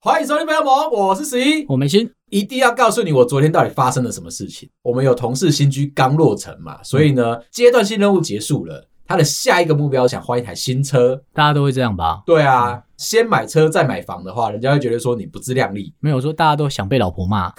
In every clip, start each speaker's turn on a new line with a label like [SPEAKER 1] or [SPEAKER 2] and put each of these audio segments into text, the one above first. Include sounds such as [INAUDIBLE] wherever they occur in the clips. [SPEAKER 1] 欢迎收听《朋友们》，我是十一，
[SPEAKER 2] 我没心，
[SPEAKER 1] 一定要告诉你我昨天到底发生了什么事情。我们有同事新居刚落成嘛，所以呢，阶段性任务结束了，他的下一个目标想换一台新车。
[SPEAKER 2] 大家都会这样吧？
[SPEAKER 1] 对啊，先买车再买房的话，人家会觉得说你不自量力， [LAUGHS]
[SPEAKER 2] 没有说大家都想被老婆骂，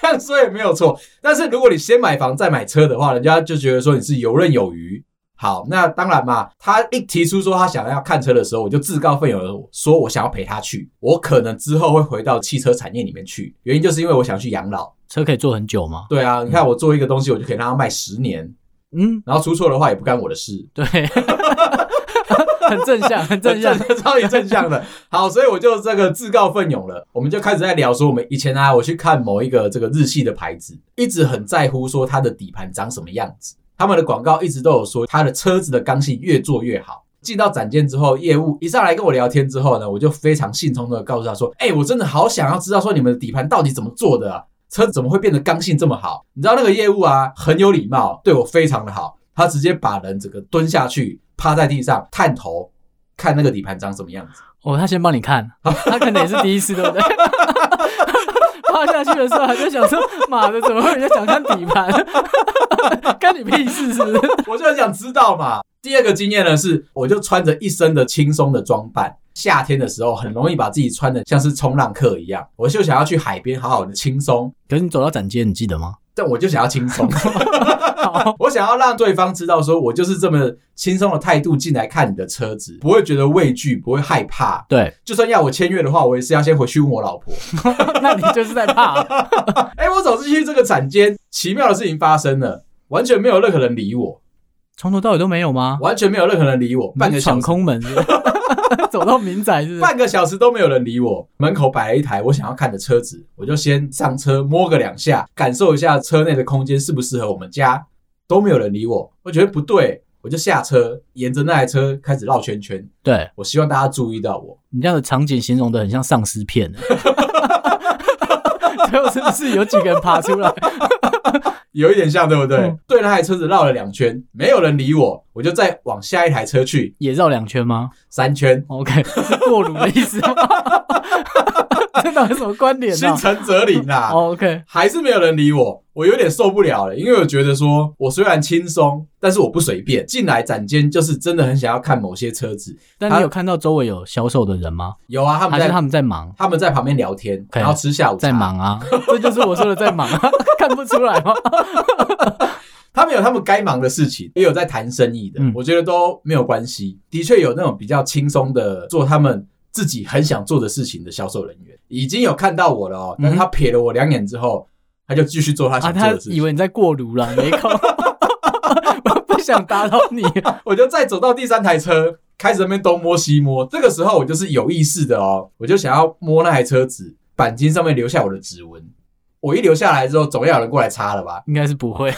[SPEAKER 1] 这样说也没有错。但是如果你先买房再买车的话，人家就觉得说你是游刃有余。好，那当然嘛，他一提出说他想要看车的时候，我就自告奋勇的说我想要陪他去，我可能之后会回到汽车产业里面去，原因就是因为我想去养老。
[SPEAKER 2] 车可以坐很久吗？
[SPEAKER 1] 对啊，你看我做一个东西，我就可以让它卖十年，
[SPEAKER 2] 嗯，
[SPEAKER 1] 然后出错的话也不干我的事，
[SPEAKER 2] 对， [LAUGHS] 很正 [LAUGHS] 向，很正向。
[SPEAKER 1] 超级正向
[SPEAKER 2] [LAUGHS]
[SPEAKER 1] 的。好，所以我就这个自告奋勇了，我们就开始在聊说，我们以前啊，我去看某一个这个日系的牌子，一直很在乎说它的底盘长什么样子，他们的广告一直都有说它的车子的刚性越做越好。进到展间之后，业务一上来跟我聊天之后呢，我就非常兴冲冲的告诉他说：“哎、我真的好想要知道说你们的底盘到底怎么做的、啊，车怎么会变得刚性这么好？你知道那个业务啊，很有礼貌，对我非常的好，他直接把人整个蹲下去，趴在地上，探头看那个底盘长什么样子。 [LAUGHS]
[SPEAKER 2] 哦，他先帮你看，他可能也是第一次，对不对？ [LAUGHS] 趴下去的时候还在想说，妈的，怎么会有人家想看底盘？ [LAUGHS] 干你屁事是不是？
[SPEAKER 1] 我就很想知道嘛。第二个经验呢是，我就穿着一身的轻松的装扮，夏天的时候很容易把自己穿的像是冲浪客一样，我就想要去海边好好的轻松，
[SPEAKER 2] 可是你走到展间，你记得吗？
[SPEAKER 1] 但我就想要轻松。
[SPEAKER 2] 好，
[SPEAKER 1] [LAUGHS] 我想要让对方知道，说我就是这么轻松的态度进来看你的车子，不会觉得畏惧，不会害怕。
[SPEAKER 2] 对，
[SPEAKER 1] 就算要我签约的话，我也是要先回去问我老婆。 [LAUGHS]
[SPEAKER 2] 那你就是在怕。
[SPEAKER 1] 哎、我走进去这个展间，奇妙的事情发生了，完全没有任何人理我，
[SPEAKER 2] [LAUGHS] 从头到尾都没有吗？
[SPEAKER 1] 完全没有任何人理我，半个
[SPEAKER 2] 你
[SPEAKER 1] 小
[SPEAKER 2] 闯
[SPEAKER 1] 时。
[SPEAKER 2] 空门是不 [LAUGHS] 是，走到民宅是不是？
[SPEAKER 1] 半个小时都没有人理我，门口摆了一台我想要看的车子，我就先上车摸个两下，感受一下车内的空间适不适合我们家，都没有人理我，我觉得不对，我就下车，沿着那台车开始绕圈圈，
[SPEAKER 2] 对
[SPEAKER 1] 我希望大家注意到我，
[SPEAKER 2] 你这样的场景形容的很像丧尸片，欸
[SPEAKER 1] [LAUGHS]
[SPEAKER 2] 最后是不是有几个人爬出来？
[SPEAKER 1] 有一点像，对不对？
[SPEAKER 2] 嗯
[SPEAKER 1] 对那台车子绕了两圈，没有人理我，我就再往下一台车去
[SPEAKER 2] 也绕两圈吗
[SPEAKER 1] 三圈。
[SPEAKER 2] ？OK，是过炉的意思吗？ [LAUGHS] 这哪有什么关联啊
[SPEAKER 1] 心
[SPEAKER 2] 呢、
[SPEAKER 1] 诚则灵啊啦，
[SPEAKER 2] [LAUGHS] o k
[SPEAKER 1] 还是没有人理我，我有点受不了了，因为我觉得说我虽然轻松，但是我不随便进来展间，就是真的很想要看某些车子。
[SPEAKER 2] 但你有看到周围有销售的人吗？
[SPEAKER 1] 有啊，他们
[SPEAKER 2] 还
[SPEAKER 1] 在
[SPEAKER 2] 是他们在忙，
[SPEAKER 1] 他们在旁边聊天，
[SPEAKER 2] OK
[SPEAKER 1] 然后吃下午茶
[SPEAKER 2] 在。忙啊？这就是我说的在忙啊， [LAUGHS] 看不出来吗？
[SPEAKER 1] 他们有他们该忙的事情，也有在谈生意的，
[SPEAKER 2] 嗯
[SPEAKER 1] 我觉得都没有关系。的确有那种比较轻松的做他们自己很想做的事情的销售人员，已经有看到我了哦，但是他瞥了我两眼之后，他就继续做他
[SPEAKER 2] 啊，
[SPEAKER 1] 想做
[SPEAKER 2] 他
[SPEAKER 1] 的事
[SPEAKER 2] 以
[SPEAKER 1] 情。
[SPEAKER 2] 为你在过炉了，没空， [LAUGHS] 我不想打扰你。
[SPEAKER 1] 我就再走到第三台车，开始在那边东摸西摸。这个时候我就是有意识的哦，我就想要摸那台车子钣金上面留下我的指纹。我一留下来之后，总要有人过来擦了吧？
[SPEAKER 2] 应该是不会，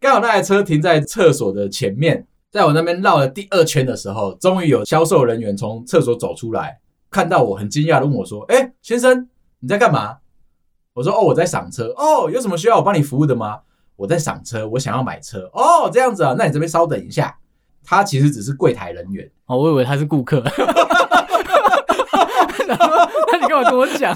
[SPEAKER 1] 刚好那台车停在厕所的前面，在我那边绕了第二圈的时候，终于有销售人员从厕所走出来，看到我很惊讶的问我说：“哎、先生，你在干嘛？”我说：“哦，我在赏车。哦，有什么需要我帮你服务的吗？我在赏车，我想要买车。哦，这样子啊，那你这边稍等一下。”他其实只是柜台人员， [LAUGHS]
[SPEAKER 2] 哦，我以为他是顾客。 [LAUGHS] 然后，那你干嘛跟我讲？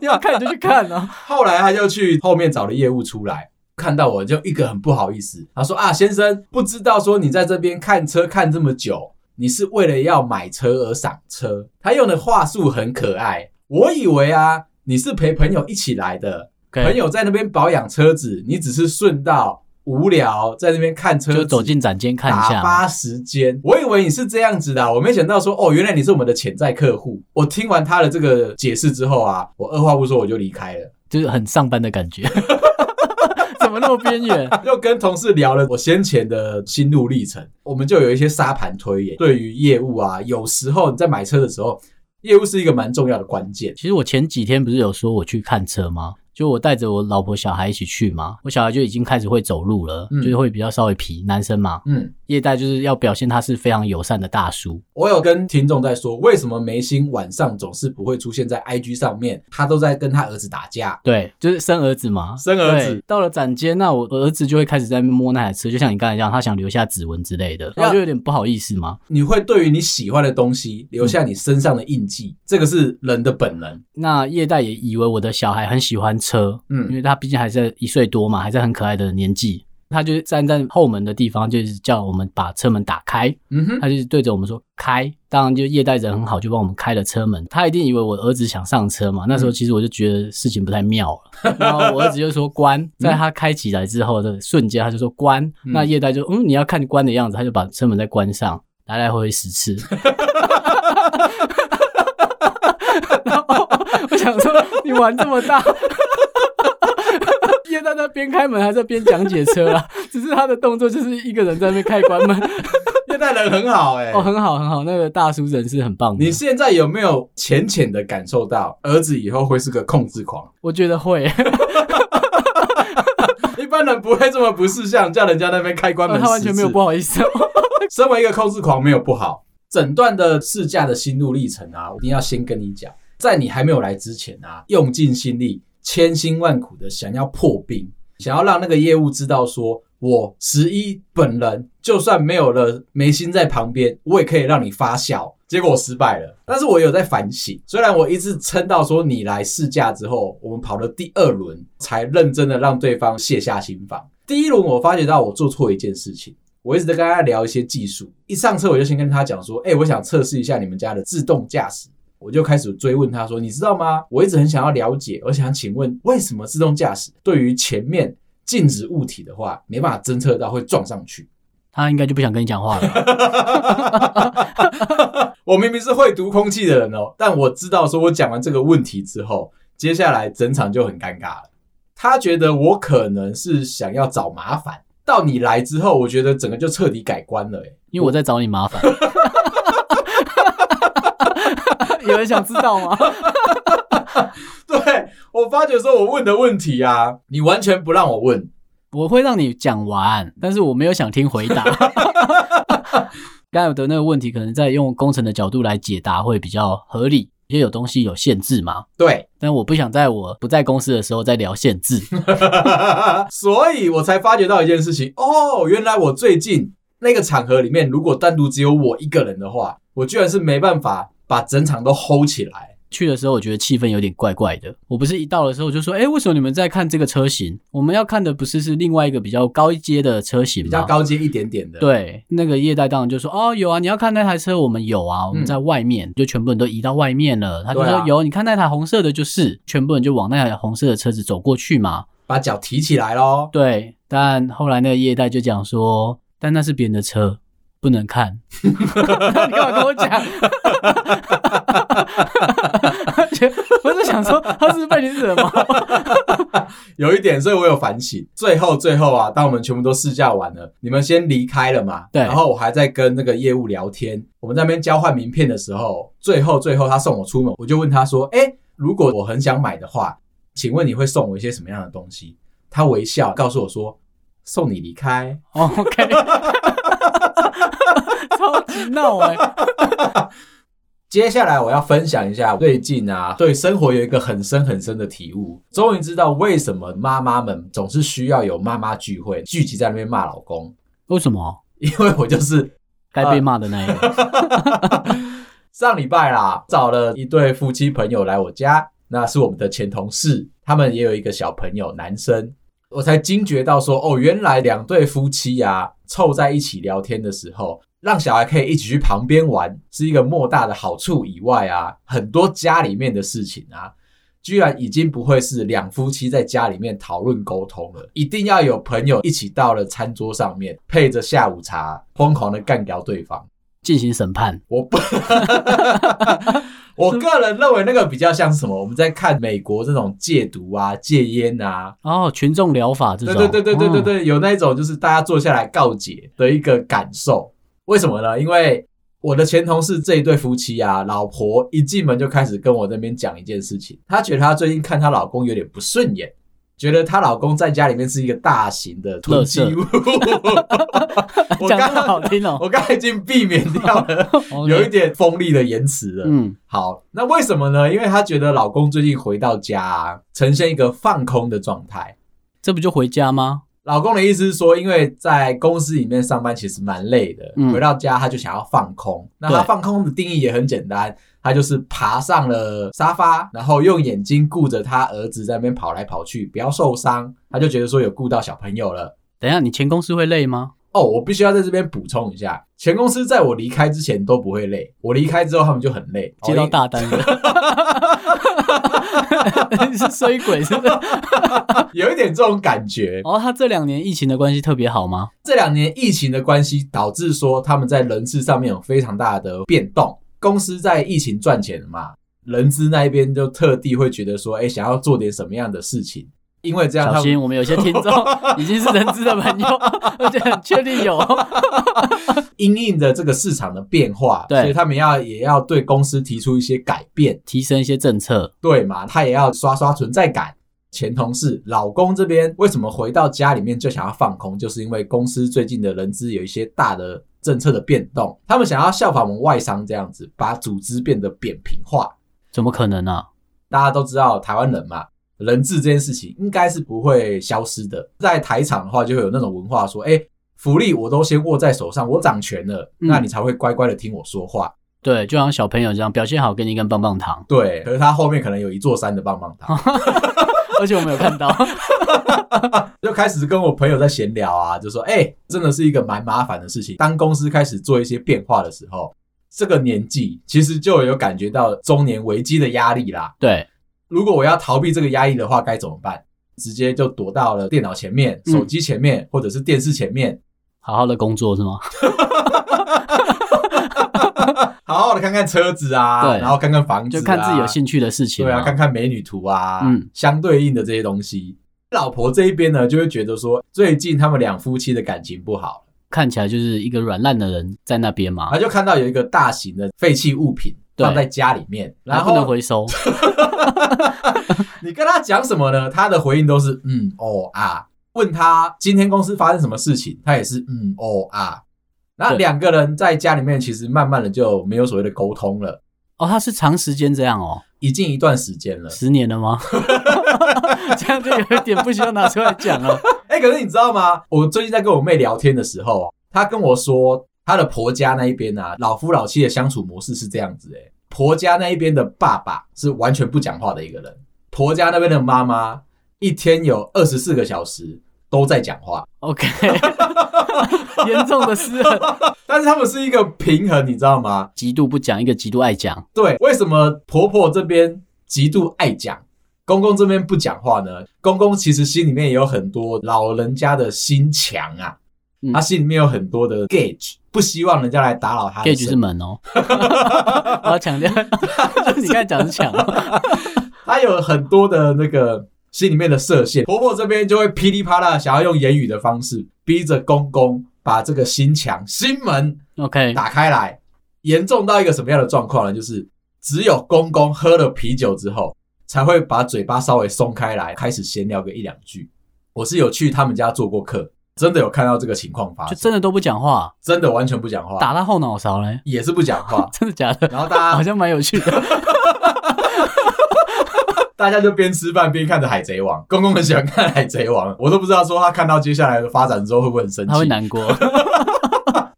[SPEAKER 2] 你要看你就去看啊。
[SPEAKER 1] 后来他就去后面找了业务出来，看到我就一个很不好意思，他说啊，先生，不知道说你在这边看车看这么久，你是为了要买车而赏车。他用的话术很可爱，我以为啊你是陪朋友一起来的，朋
[SPEAKER 2] OK，
[SPEAKER 1] 友在那边保养车子，你只是顺道无聊在那边看车子，
[SPEAKER 2] 就走进展间看一
[SPEAKER 1] 打
[SPEAKER 2] 下嘛。
[SPEAKER 1] 发时间。我以为你是这样子的啊、我没想到说哦，原来你是我们的潜在客户。我听完他的这个解释之后啊，我二话不说我就离开了。
[SPEAKER 2] 就是很上班的感觉。 [LAUGHS] 怎么那么边缘？
[SPEAKER 1] [LAUGHS] 又跟同事聊了我先前的心路历程，我们就有一些沙盘推演。对于业务啊，有时候你在买车的时候，业务是一个蛮重要的关键。
[SPEAKER 2] 其实我前几天不是有说我去看车吗？就我带着我老婆小孩一起去嘛，我小孩就已经开始会走路了，
[SPEAKER 1] 嗯
[SPEAKER 2] 就是会比较稍微皮，男生嘛，
[SPEAKER 1] 嗯，
[SPEAKER 2] 夜带就是要表现他是非常友善的大叔。
[SPEAKER 1] 我有跟听众在说，为什么梅心晚上总是不会出现在 IG 上面，他都在跟他儿子打架。
[SPEAKER 2] 对，就是生儿子嘛，
[SPEAKER 1] 生儿子
[SPEAKER 2] 对。到了展间，那我儿子就会开始在那边摸那台车，就像你刚才一样，他想留下指纹之类的，然后就有点不好意思嘛。
[SPEAKER 1] 你会对于你喜欢的东西留下你身上的印记，这个是人的本能。
[SPEAKER 2] 那叶代也以为我的小孩很喜欢车，因
[SPEAKER 1] 嗯，
[SPEAKER 2] 为他毕竟还在一岁多嘛，还在很可爱的年纪。他就站在后门的地方，就是叫我们把车门打开。
[SPEAKER 1] 嗯哼，
[SPEAKER 2] 他就是对着我们说开，当然就业代人很好，就帮我们开了车门。他一定以为我儿子想上车嘛，那时候其实我就觉得事情不太妙
[SPEAKER 1] [LAUGHS]
[SPEAKER 2] 了。然后我儿子就说关，在他开起来之后的瞬间，他就说关。
[SPEAKER 1] 嗯
[SPEAKER 2] 那业代就嗯，你要看关的样子，他就把车门再关上，来来回回十次。然后我想说，你玩这么大。 [LAUGHS] 叶代在边开门还在边讲解车啦，只是他的动作就是一个人在那边开关门，
[SPEAKER 1] 现代人很好哎、
[SPEAKER 2] 哦，很好很好，那个大叔人是很棒的。
[SPEAKER 1] 你现在有没有浅浅的感受到儿子以后会是个控制狂？
[SPEAKER 2] 我觉得会，
[SPEAKER 1] [LAUGHS] 一般人不会这么不识相，叫人家那边开关门。
[SPEAKER 2] 哦 [LAUGHS] 他完全没有不，好意思。
[SPEAKER 1] 身为一个控制狂没有不好。整段的试驾的心路历程啊，我一定要先跟你讲，在你还没有来之前啊，用尽心力、千辛万苦的想要破冰，想要让那个业务知道说，我十一本人就算没有了眉心在旁边，我也可以让你发笑。结果我失败了，但是我有在反省。虽然我一直撑到说你来试驾之后，我们跑了第二轮，才认真的让对方卸下心防。第一轮我发觉到我做错一件事情，我一直在跟他聊一些技术。一上车我就先跟他讲说，哎、我想测试一下你们家的自动驾驶。我就开始追问他说：“你知道吗？我一直很想要了解，我想请问，为什么自动驾驶对于前面静止物体的话，没办法侦测到会撞上去？
[SPEAKER 2] 他应该就不想跟你讲话 [LAUGHS] 了。
[SPEAKER 1] 我明明是会读空气的人哦，但我知道说我讲完这个问题之后，接下来整场就很尴尬了。他觉得我可能是想要找麻烦，到你来之后，我觉得整个就彻底改观了、欸。
[SPEAKER 2] 因为我在找你麻烦。 [LAUGHS] 有人想知道吗？
[SPEAKER 1] [LAUGHS] 对我发觉说我问的问题啊，你完全不让我问，
[SPEAKER 2] [LAUGHS] 我会让你讲完，但是我没有想听 [LAUGHS] 回答。刚才我的那个问题，可能在用工程的角度来解答会比较合理，因为有东西有限制嘛。
[SPEAKER 1] 对。”
[SPEAKER 2] 但我不想在我不在公司的时候再聊限制。
[SPEAKER 1] 所以我才发觉到一件事情哦，原来我最近那个场合里面，如果单独只有我一个人的话，我居然是没办法把整场都 hold 起来。
[SPEAKER 2] 去的时候，我觉得气氛有点怪怪的。我不是一到的时候就说，哎、为什么你们在看这个车型？我们要看的不是是另外一个比较高一阶的车型吗？
[SPEAKER 1] 比较。高阶一点点的，，
[SPEAKER 2] 嗯对，那个业代当然就说，哦，有啊，你要看那台车，我们有啊，我们在外面，就全部人都移到外面了。他就
[SPEAKER 1] 嗯对
[SPEAKER 2] 说、
[SPEAKER 1] 啊
[SPEAKER 2] 有，你看那台红色的，就是全部人就往那台红色的车子走过去嘛。
[SPEAKER 1] 把脚提起来咯。
[SPEAKER 2] 对，但后来那个业代就讲说，但那是别人的车，不能看。 [LAUGHS] 你干嘛跟我讲？ [LAUGHS] 我是想说，他是不是被你惹毛？
[SPEAKER 1] 有一点，所以我有反省。最后，最后啊，当我们全部都试驾完了，你们先离开了嘛？
[SPEAKER 2] 对
[SPEAKER 1] 然后我还在跟那个业务聊天，我们在那边交换名片的时候，最后，最后他送我出门，我就问他说：“哎、如果我很想买的话，请问你会送我一些什么样的东西？”他微笑告诉我说：“送你离开。
[SPEAKER 2] 哦 OK，超级闹哎、”
[SPEAKER 1] 接下来我要分享一下最近啊，对生活有一个很深很深的体悟，终于知道为什么妈妈们总是需要有妈妈聚会，聚集在那边骂老公，
[SPEAKER 2] 为什么
[SPEAKER 1] 因为我就是
[SPEAKER 2] 该被骂的那一
[SPEAKER 1] 啊
[SPEAKER 2] 个？
[SPEAKER 1] [LAUGHS] 上礼拜啦，找了一对夫妻朋友来我家，那是我们的前同事，他们也有一个小朋友，男生。我才惊觉到说，哦，原来两对夫妻啊，凑在一起聊天的时候，让小孩可以一起去旁边玩，是一个莫大的好处以外啊，很多家里面的事情啊，居然已经不会是两夫妻在家里面讨论沟通了，一定要有朋友一起到了餐桌上面，配着下午茶，疯狂的干掉对方。
[SPEAKER 2] 进行审判，
[SPEAKER 1] 我不，我个人认为那个比较像是什么？我们在看美国这种戒毒啊、戒烟啊，
[SPEAKER 2] 哦，群众疗法这
[SPEAKER 1] 对
[SPEAKER 2] 种，
[SPEAKER 1] 对对对对对
[SPEAKER 2] 嗯，
[SPEAKER 1] 对，有那一种就是大家坐下来告解的一个感受。为什么呢？因为我的前同事这一对夫妻啊，老婆一进门就开始跟我这边讲一件事情，她觉得她最近看她老公有点不顺眼，觉得她老公在家里面是一个大型的囤积物。 [LAUGHS] 我
[SPEAKER 2] 嗯讲的好
[SPEAKER 1] 刚
[SPEAKER 2] 听哦、
[SPEAKER 1] 我刚才已经避免掉了
[SPEAKER 2] [LAUGHS] OK
[SPEAKER 1] [LAUGHS] 有一点锋利的言辞了。
[SPEAKER 2] 嗯，
[SPEAKER 1] 好，那为什么呢？因为她觉得老公最近回到家、啊，呈现一个放空的状态。
[SPEAKER 2] 这不就回家吗？
[SPEAKER 1] 老公的意思是说，因为在公司里面上班其实蛮累的，
[SPEAKER 2] 嗯
[SPEAKER 1] 回到家他就想要放空。那他
[SPEAKER 2] 对
[SPEAKER 1] 放空的定义也很简单，他就是爬上了沙发，然后用眼睛顾着他儿子在那边跑来跑去，不要受伤。他就觉得说有顾到小朋友了。
[SPEAKER 2] 等一下，你前公司会累吗？
[SPEAKER 1] 哦，我必须要在这边补充一下，前公司在我离开之前都不会累，我离开之后他们就很累。哦
[SPEAKER 2] 接到大单了，
[SPEAKER 1] [LAUGHS]
[SPEAKER 2] 你是衰鬼是不是？
[SPEAKER 1] 哦有一点这种感觉。
[SPEAKER 2] [LAUGHS] 哦，他这两年疫情的关系特别好吗？
[SPEAKER 1] 这两年疫情的关系，导致说他们在人事上面有非常大的变动。公司在疫情赚钱了嘛，人资那一边就特地会觉得说，哎，想要做点什么样的事情，因为这样
[SPEAKER 2] 小
[SPEAKER 1] 他们
[SPEAKER 2] 心，我们有些听众
[SPEAKER 1] [LAUGHS]
[SPEAKER 2] 已经是人资的朋友，而且很确定有。
[SPEAKER 1] 因应着这个市场的变化，
[SPEAKER 2] 对
[SPEAKER 1] 所以他们要也要对公司提出一些改变，
[SPEAKER 2] 提升一些政策，
[SPEAKER 1] 对嘛？他也要刷刷存在感。前同事老公这边为什么回到家里面就想要放空，就是因为公司最近的人资有一些大的政策的变动，他们想要效仿我们外商这样子，把组织变得扁平化。
[SPEAKER 2] 怎么可能啊？
[SPEAKER 1] 大家都知道台湾人嘛，人质这件事情应该是不会消失的。在台场的话，就会有那种文化说，哎、福利我都先握在手上，我掌权了，
[SPEAKER 2] 嗯
[SPEAKER 1] 那你才会乖乖的听我说话。
[SPEAKER 2] 对，就像小朋友这样，表现好给你一根棒棒糖，
[SPEAKER 1] 对，可是他后面可能有一座山的棒棒糖，
[SPEAKER 2] 而且我没有
[SPEAKER 1] [LAUGHS]
[SPEAKER 2] 看到。
[SPEAKER 1] 就开始跟我朋友在闲聊啊，就说，哎、真的是一个蛮麻烦的事情。当公司开始做一些变化的时候，这个年纪其实就有感觉到中年危机的压力啦。
[SPEAKER 2] 对，
[SPEAKER 1] 如果我要逃避这个压力的话，该怎么办？直接就躲到了电脑前面、
[SPEAKER 2] 嗯
[SPEAKER 1] 手机前面，或者是电视前面，
[SPEAKER 2] 好好的工作是吗？
[SPEAKER 1] 好好的看看车子啊，
[SPEAKER 2] 对
[SPEAKER 1] 然后看看房子、啊，
[SPEAKER 2] 就看自己有兴趣的事情
[SPEAKER 1] 对
[SPEAKER 2] 嘛。
[SPEAKER 1] 啊，看看美女图啊，
[SPEAKER 2] 嗯
[SPEAKER 1] 相对应的这些东西。老婆这一边呢，就会觉得说，最近他们两夫妻的感情不好，
[SPEAKER 2] 看起来就是一个软烂的人在那边嘛
[SPEAKER 1] 然，后就看到有一个大型的废弃物品
[SPEAKER 2] 对
[SPEAKER 1] 放在家里面，然
[SPEAKER 2] 还不能
[SPEAKER 1] 后
[SPEAKER 2] 回收。
[SPEAKER 1] 你跟他讲什么呢？他的回应都是嗯哦啊。问他今天公司发生什么事情，他也是嗯哦啊。然后
[SPEAKER 2] 对
[SPEAKER 1] 两个人在家里面，其实慢慢的就没有所谓的沟通了，
[SPEAKER 2] 哦，他是长时间这样哦，
[SPEAKER 1] 已经一段时间了。
[SPEAKER 2] 十年了吗？ [LAUGHS] 这样就有一点不需要拿出来讲了。
[SPEAKER 1] 哎、可是你知道吗？我最近在跟我妹聊天的时候啊，她跟我说，她的婆家那一边啊，老夫老妻的相处模式是这样子、欸。哎，婆家那一边的爸爸是完全不讲话的一个人，婆家那边的妈妈一天有二十四个小时都在讲话，
[SPEAKER 2] OK，严重的失衡，
[SPEAKER 1] 但是他们是一个平衡，你知道吗？
[SPEAKER 2] 极度不讲，一个极度爱讲。
[SPEAKER 1] 对，为什么婆婆这边极度爱讲，公公这边不讲话呢？公公其实心里面也有很多老人家的心墙啊，
[SPEAKER 2] 嗯
[SPEAKER 1] 他心里面有很多的 gauge，不希望人家来打扰他的
[SPEAKER 2] gauge 是
[SPEAKER 1] 生活
[SPEAKER 2] 门哦， [LAUGHS] 我要
[SPEAKER 1] [LAUGHS]
[SPEAKER 2] 强调，你刚才讲是抢哦，
[SPEAKER 1] 他有很多的那个心里面的设限。婆婆这边就会噼里啪啦，想要用言语的方式逼着公公把这个心墙、心门
[SPEAKER 2] OK，
[SPEAKER 1] 打开来。严重到一个什么样的状况呢？就是只有公公喝了啤酒之后，才会把嘴巴稍微松开来，开始闲聊个一两句。我是有去他们家做过客，真的有看到这个情况发
[SPEAKER 2] 就
[SPEAKER 1] 生，
[SPEAKER 2] 真的都不讲话，
[SPEAKER 1] 真的完全不讲话，
[SPEAKER 2] 打到后脑勺嘞，。
[SPEAKER 1] 也是不讲话
[SPEAKER 2] [LAUGHS] 真的假的？
[SPEAKER 1] 然后大家
[SPEAKER 2] 好像蛮有趣
[SPEAKER 1] [LAUGHS]
[SPEAKER 2] 的，
[SPEAKER 1] 大家就边吃饭边看着《海贼王》，公公很喜欢看《海贼王》，我都不知道说他看到接下来的发展之后会不会很生
[SPEAKER 2] 他会
[SPEAKER 1] 气。
[SPEAKER 2] 难过。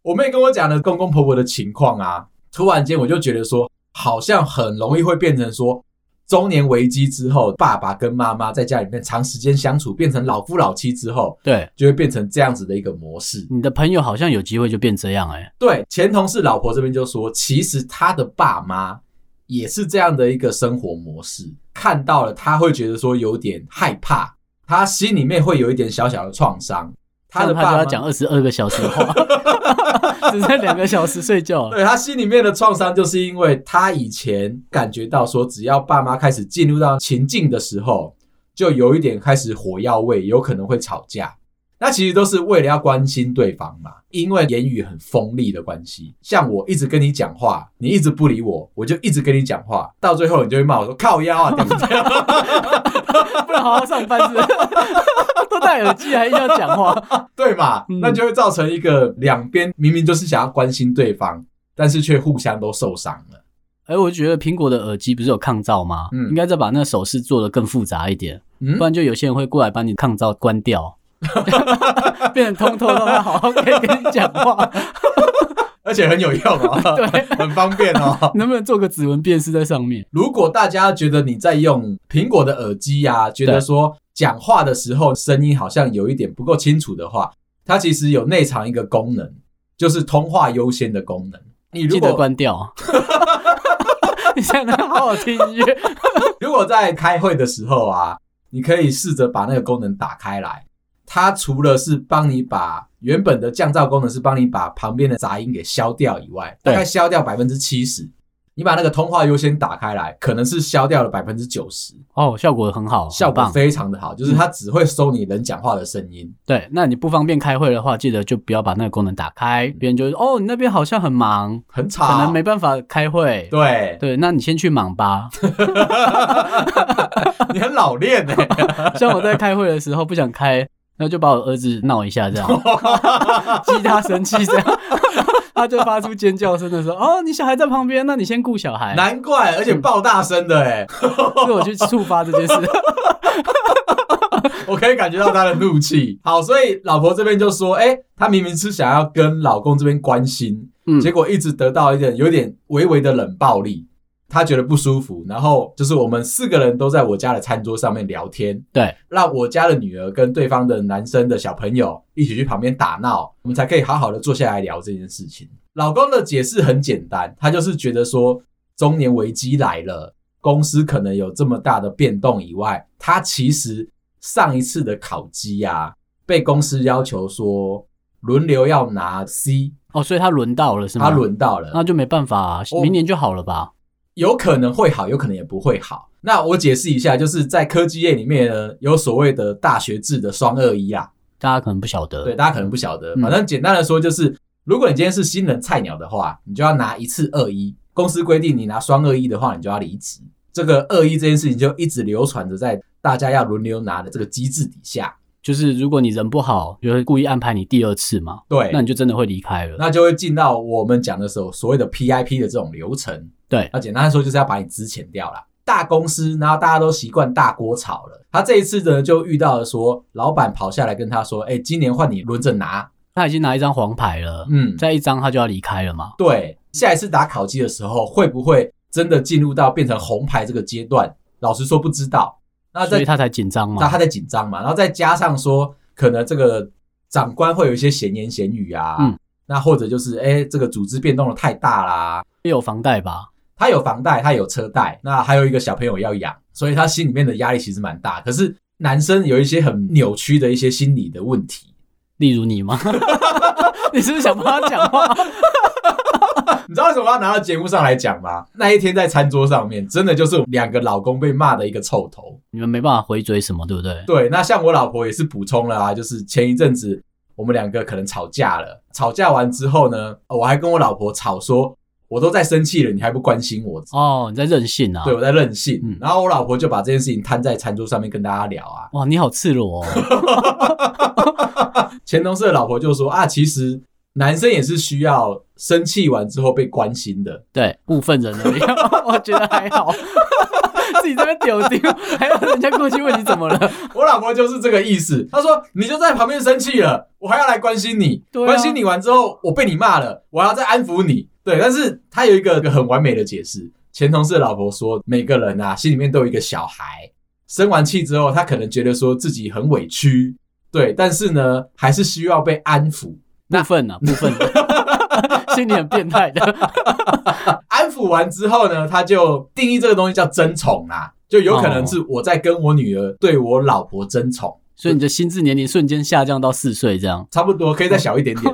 [SPEAKER 1] 我妹跟我讲的公公婆婆的情况啊，突然间我就觉得说，好像很容易会变成说，中年危机之后，爸爸跟妈妈在家里面长时间相处，变成老夫老妻之后，
[SPEAKER 2] 对，
[SPEAKER 1] 就会变成这样子的一个模式。
[SPEAKER 2] 你的朋友好像有机会就变这样哎、
[SPEAKER 1] 对，前同事老婆这边就说，其实她的爸妈也是这样的一个生活模式，看到了她会觉得说有点害怕，她心里面会有一点小小的创伤。她的
[SPEAKER 2] 这样他
[SPEAKER 1] 爸
[SPEAKER 2] 就
[SPEAKER 1] 妈
[SPEAKER 2] 要讲二十二个小时的话， [LAUGHS] 只剩两个小时睡觉了。
[SPEAKER 1] 对她心里面的创伤，就是因为她以前感觉到说，只要爸妈开始进入到情境的时候，就有一点开始火药味，有可能会吵架。那其实都是为了要关心对方嘛，因为言语很锋利的关系。像我一直跟你讲话，你一直不理我，我就一直跟你讲话，到最后你就会骂我说靠腰啊， [LAUGHS] 顶你
[SPEAKER 2] 不能好好上班是不是？ [LAUGHS] 都戴耳机还硬要讲话，
[SPEAKER 1] 对嘛？
[SPEAKER 2] 嗯
[SPEAKER 1] 那就会造成一个两边明明就是想要关心对方，但是却互相都受伤了。
[SPEAKER 2] 哎，我觉得苹果的耳机不是有抗噪吗？
[SPEAKER 1] 嗯
[SPEAKER 2] 应该再把那手势做的更复杂一点，
[SPEAKER 1] 嗯
[SPEAKER 2] 不，然就有些人会过来把你抗噪关掉， [LAUGHS] 变成通透让他好好可以跟你讲话。
[SPEAKER 1] 而且很有用哦，
[SPEAKER 2] [LAUGHS] 对，
[SPEAKER 1] [LAUGHS] 很方便哦。
[SPEAKER 2] [LAUGHS] 能不能做个指纹辨识在上面？
[SPEAKER 1] 如果大家觉得你在用苹果的耳机呀、觉得说讲话的时候声音好像有一点不够清楚的话，它其实有内藏一个功能，就是通话优先的功能。你如
[SPEAKER 2] 记得
[SPEAKER 1] 果
[SPEAKER 2] 关 [LAUGHS] 掉。你才能好好听音乐。
[SPEAKER 1] 如果在开会的时候啊，你可以试着把那个功能打开来。它除了是帮你把原本的降噪功能是帮你把旁边的杂音给消掉以外，大
[SPEAKER 2] 对
[SPEAKER 1] 概消掉百分之七十。你把那个通话优先打开来，可能是消掉了百分之九十。
[SPEAKER 2] 哦，效果很好，
[SPEAKER 1] 效
[SPEAKER 2] 很
[SPEAKER 1] 果
[SPEAKER 2] 棒。嗯
[SPEAKER 1] 非常的好，就是它只会收你人讲话的声音。
[SPEAKER 2] 对，那你不方便开会的话，记得就不要把那个功能打开，别人就会说哦，你那边好像很忙，
[SPEAKER 1] 很吵，
[SPEAKER 2] 可能没办法开会。
[SPEAKER 1] 对，
[SPEAKER 2] 对，那你先去忙吧。
[SPEAKER 1] 你很老练欸
[SPEAKER 2] [LAUGHS]
[SPEAKER 1] 呢、
[SPEAKER 2] 像我在开会的时候不想开，那就把我儿子闹一下，
[SPEAKER 1] [LAUGHS]
[SPEAKER 2] 这样激他生气，这样他就发出尖叫声的时候，哦，你小孩在旁边，那你先顾小孩。
[SPEAKER 1] 难怪，而且爆大声的
[SPEAKER 2] [LAUGHS]
[SPEAKER 1] 哎、
[SPEAKER 2] 所以我去触发这件事。 [LAUGHS]
[SPEAKER 1] 我可以感觉到他的怒气。好，所以老婆这边就说，哎、她明明是想要跟老公这边关心，
[SPEAKER 2] 嗯
[SPEAKER 1] 结果一直得到一点有点微微的冷暴力。她觉得不舒服，然后就是我们四个人都在我家的餐桌上面聊天，
[SPEAKER 2] 对，
[SPEAKER 1] 让我家的女儿跟对方的男生的小朋友一起去旁边打闹，我们才可以好好的坐下来聊这件事情。老公的解释很简单，他就是觉得说中年危机来了，公司可能有这么大的变动以外，他其实上一次的烤鸡啊，被公司要求说轮流要拿 C，
[SPEAKER 2] 哦，所以他轮到了是吗？
[SPEAKER 1] 他，轮到了，
[SPEAKER 2] 那就没办法啊、
[SPEAKER 1] 哦
[SPEAKER 2] 明年就好了吧？
[SPEAKER 1] 有可能会好，有可能也不会好。那我解释一下，就是在科技业里面呢，有所谓的大学制的双二一啊，
[SPEAKER 2] 大家可能不晓得。
[SPEAKER 1] 对，大家可能不晓得，
[SPEAKER 2] 嗯
[SPEAKER 1] 反正简单的说就是，如果你今天是新人菜鸟的话，你就要拿一次二一。公司规定你拿双二一的话，你就要离职。这个二一这件事情就一直流传着在大家要轮流拿的这个机制底下。
[SPEAKER 2] 就是如果你人不好，就会故意安排你第二次嘛，
[SPEAKER 1] 对，
[SPEAKER 2] 那你就真的会离开了。
[SPEAKER 1] 那就会进到我们讲的时候所谓的 PIP 的这种流程。
[SPEAKER 2] 对
[SPEAKER 1] 那简单来说就是要把你资遣掉啦。大公司，然后大家都习惯大锅炒了。他这一次呢，就遇到了说，老板跑下来跟他说：“哎、今年换你轮着拿。
[SPEAKER 2] 他已经拿一张黄牌了”，
[SPEAKER 1] 嗯，
[SPEAKER 2] 再一张他就要离开了嘛。
[SPEAKER 1] 对。下一次打烤鸡的时候，会不会真的进入到变成红牌这个阶段？老实说，不知道。那
[SPEAKER 2] 所
[SPEAKER 1] 再
[SPEAKER 2] 以他才紧张
[SPEAKER 1] 那
[SPEAKER 2] 嘛。
[SPEAKER 1] 他在紧张嘛，然后再加上说，可能这个长官会有一些闲言闲语啊，
[SPEAKER 2] 嗯
[SPEAKER 1] 那或者就是哎、这个组织变动的太大啦，
[SPEAKER 2] 也有房贷吧？
[SPEAKER 1] 他有房贷，他有车贷，那还有一个小朋友要养，所以他心里面的压力其实蛮大。可是男生有一些很扭曲的一些心理的问题，
[SPEAKER 2] 例如你吗？ [LAUGHS] 你是不是想帮他讲
[SPEAKER 1] [LAUGHS]
[SPEAKER 2] 话？
[SPEAKER 1] 你知道为什么要拿到节目上来讲吗？那一天在餐桌上面，真的就是两个老公被骂的一个臭头。
[SPEAKER 2] 你们没办法回嘴什么，对不对？
[SPEAKER 1] 对，那像我老婆也是补充了啊，就是前一阵子我们两个可能吵架了，吵架完之后呢，哦我还跟我老婆吵说，我都在生气了，你还不关心我，
[SPEAKER 2] 哦，你在任性啊？
[SPEAKER 1] 对我在任性。
[SPEAKER 2] 嗯
[SPEAKER 1] 然后我老婆就把这件事情摊在餐桌上面跟大家聊啊，
[SPEAKER 2] 哇，你好赤裸哦。
[SPEAKER 1] 前同事的老婆就说啊，其实男生也是需要生气完之后被关心的。
[SPEAKER 2] 对，部分人而已，
[SPEAKER 1] [LAUGHS]
[SPEAKER 2] 我觉得还好。自己在那边丢丢，还有人家过去问你怎么了？
[SPEAKER 1] 我老婆就是这个意思，她说你就在旁边生气了，我还要来关心你，
[SPEAKER 2] 对啊
[SPEAKER 1] 关心你完之后我被你骂了，我还要再安抚你。对，但是她有一个很完美的解释。前同事的老婆说，每个人啊心里面都有一个小孩，生完气之后，他可能觉得说自己很委屈，对，但是呢还是需要被安抚。
[SPEAKER 2] 部分啊，部分
[SPEAKER 1] [LAUGHS]
[SPEAKER 2] 人心里很变态的。
[SPEAKER 1] 安抚完之后呢，他就定义这个东西叫争宠啦，就有可能是
[SPEAKER 2] 哦
[SPEAKER 1] 我在跟我女儿对我老婆争宠，
[SPEAKER 2] 所以你的心智年龄瞬间下降到四岁，这样，
[SPEAKER 1] 差不多可以再小一点点，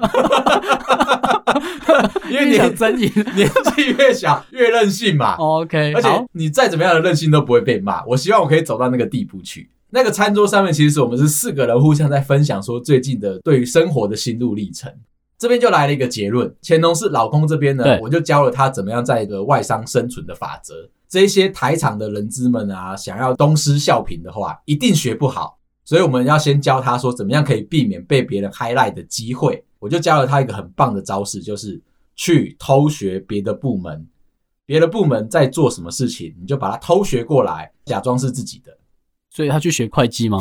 [SPEAKER 1] 因为
[SPEAKER 2] 你想
[SPEAKER 1] 年
[SPEAKER 2] 争赢。
[SPEAKER 1] 年纪越小越任性嘛，
[SPEAKER 2] [LAUGHS] OK，
[SPEAKER 1] 而
[SPEAKER 2] 好
[SPEAKER 1] 且你再怎么样的任性都不会被骂。我希望我可以走到那个地步去。那个餐桌上面，其实我们是四个人互相在分享说最近的对于生活的心路历程。这边就来了一个结论：乾隆是老公这边呢
[SPEAKER 2] 对，
[SPEAKER 1] 我就教了他怎么样在一个外商生存的法则。这些台场的人资们啊，想要东施效颦的话，一定学不好。所以我们要先教他说怎么样可以避免被别人 highlight 的机会。我就教了他一个很棒的招式，就是去偷学别的部门，别的部门在做什么事情，你就把它偷学过来，假装是自己的。 [LAUGHS]
[SPEAKER 2] 所以他去学会计吗？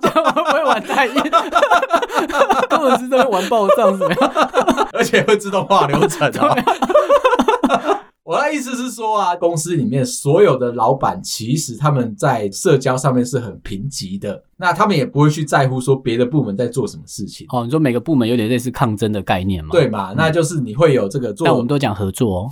[SPEAKER 2] 这样会不会
[SPEAKER 1] [LAUGHS]
[SPEAKER 2] 玩太硬？ [LAUGHS] 根本是在玩爆仗，怎么样？
[SPEAKER 1] 而且会自动化流程
[SPEAKER 2] [LAUGHS]
[SPEAKER 1] 哦。 [LAUGHS] 我的意思是说啊，公司里面所有的老板，其实他们在社交上面是很贫瘠的，那他们也不会去在乎说别的部门在做什么事情，
[SPEAKER 2] 哦，你说每个部门有点类似抗争的概念嘛？
[SPEAKER 1] 对，嘛？那就是你会有这个
[SPEAKER 2] 但我
[SPEAKER 1] 做
[SPEAKER 2] 们，都讲合作哦。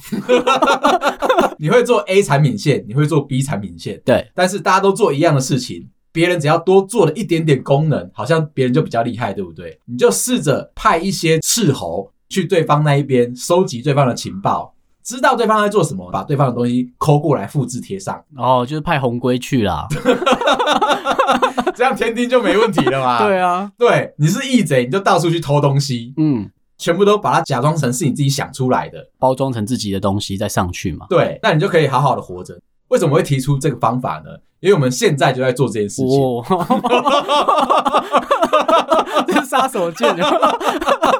[SPEAKER 1] 你会做 A 产品线，你会做 B 产品线，
[SPEAKER 2] 对，
[SPEAKER 1] 但是大家都做一样的事情，别人只要多做了一点点功能，好像别人就比较厉害，对不对？你就试着派一些斥候去对方那一边，收集对方的情报，知道对方在做什么，把对方的东西抠过来复制贴上， [LAUGHS]
[SPEAKER 2] 哦，就是派红龟去啦。
[SPEAKER 1] 这样天丁就没问题了嘛。
[SPEAKER 2] [LAUGHS] 对啊，
[SPEAKER 1] 对，你是义贼，你就到处去偷东西，
[SPEAKER 2] 嗯，
[SPEAKER 1] 全部都把它假装成是你自己想出来的。
[SPEAKER 2] 包装成自己的东西再上去嘛。
[SPEAKER 1] 对，那你就可以好好的活着。为什么会提出这个方法呢？因为我们现在就在做这件事情。
[SPEAKER 2] 哦， [LAUGHS] 这是杀手锏。啊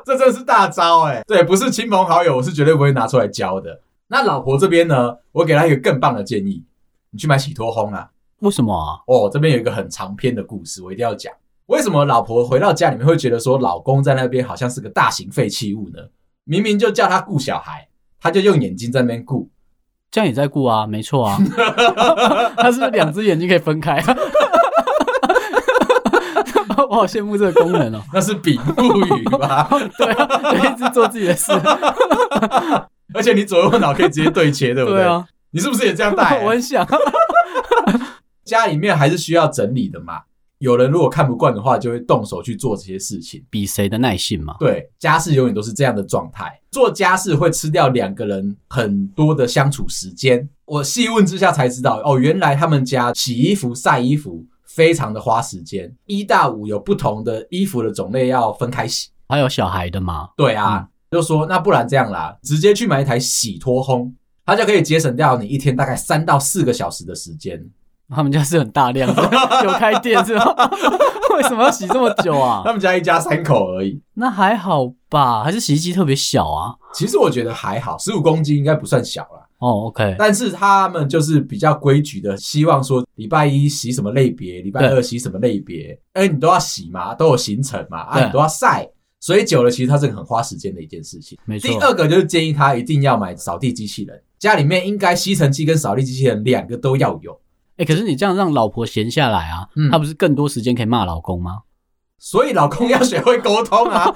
[SPEAKER 1] 这真的是大招哎、对，不是亲朋好友，我是绝对不会拿出来教的。那老婆这边呢，我给她一个更棒的建议，你去买洗脱烘啊。
[SPEAKER 2] 为什么啊？
[SPEAKER 1] 哦，这边有一个很长篇的故事，我一定要讲。为什么老婆回到家里面会觉得说老公在那边好像是个大型废弃物呢？明明就叫他顾小孩，他就用眼睛在那边顾。
[SPEAKER 2] 这样也在顾啊，没
[SPEAKER 1] [LAUGHS]
[SPEAKER 2] 错啊。他是不是两只眼睛可以分开？ [LAUGHS] 我好羡慕这个功能哦。
[SPEAKER 1] 那是比目鱼吧？ [LAUGHS]
[SPEAKER 2] 对啊，就一直做自己的事。
[SPEAKER 1] 而且你左右脑可以直接对切，对不对？
[SPEAKER 2] 对啊，
[SPEAKER 1] 你是不是也这样带、欸
[SPEAKER 2] [LAUGHS] 我很想。
[SPEAKER 1] 家里面还是需要整理的嘛。有人如果看不惯的话，就会动手去做这些事情。
[SPEAKER 2] 比谁的耐性嘛。
[SPEAKER 1] 对，家事永远都是这样的状态。做家事会吃掉两个人很多的相处时间。我细问之下才知道，哦，原来他们家洗衣服、晒衣服非常的花时间。一到五有不同的衣服的种类要分开洗。
[SPEAKER 2] 还有小孩的嘛，
[SPEAKER 1] 对啊，就说那不然这样啦，直接去买一台洗脱烘，它就可以节省掉你一天大概三到四个小时的时间。
[SPEAKER 2] 他们家是很大
[SPEAKER 1] [LAUGHS]
[SPEAKER 2] 量的，有开店是吧？ [LAUGHS] 为什么要洗这么久啊？
[SPEAKER 1] 他们家一家三口而已。
[SPEAKER 2] 那还好吧，还是洗衣机特别小啊？
[SPEAKER 1] 其实我觉得还好，十五公斤应该不算小啦。
[SPEAKER 2] 哦，OK，
[SPEAKER 1] 但是他们就是比较规矩的，希望说礼拜一洗什么类别，礼拜
[SPEAKER 2] 对
[SPEAKER 1] 二洗什么类别，哎，你都要洗嘛，都有行程嘛，啊，
[SPEAKER 2] 对
[SPEAKER 1] 你都要晒，所以久了其实它是很花时间的一件事情。
[SPEAKER 2] 没
[SPEAKER 1] 第
[SPEAKER 2] 错。
[SPEAKER 1] 二个就是建议他一定要买扫地机器人，家里面应该吸尘器跟扫地机器人两个都要有。
[SPEAKER 2] 哎、可是你这样让老婆闲下来啊，
[SPEAKER 1] 嗯
[SPEAKER 2] 她不是更多时间可以骂老公吗？
[SPEAKER 1] 所以老公要学会沟通啊，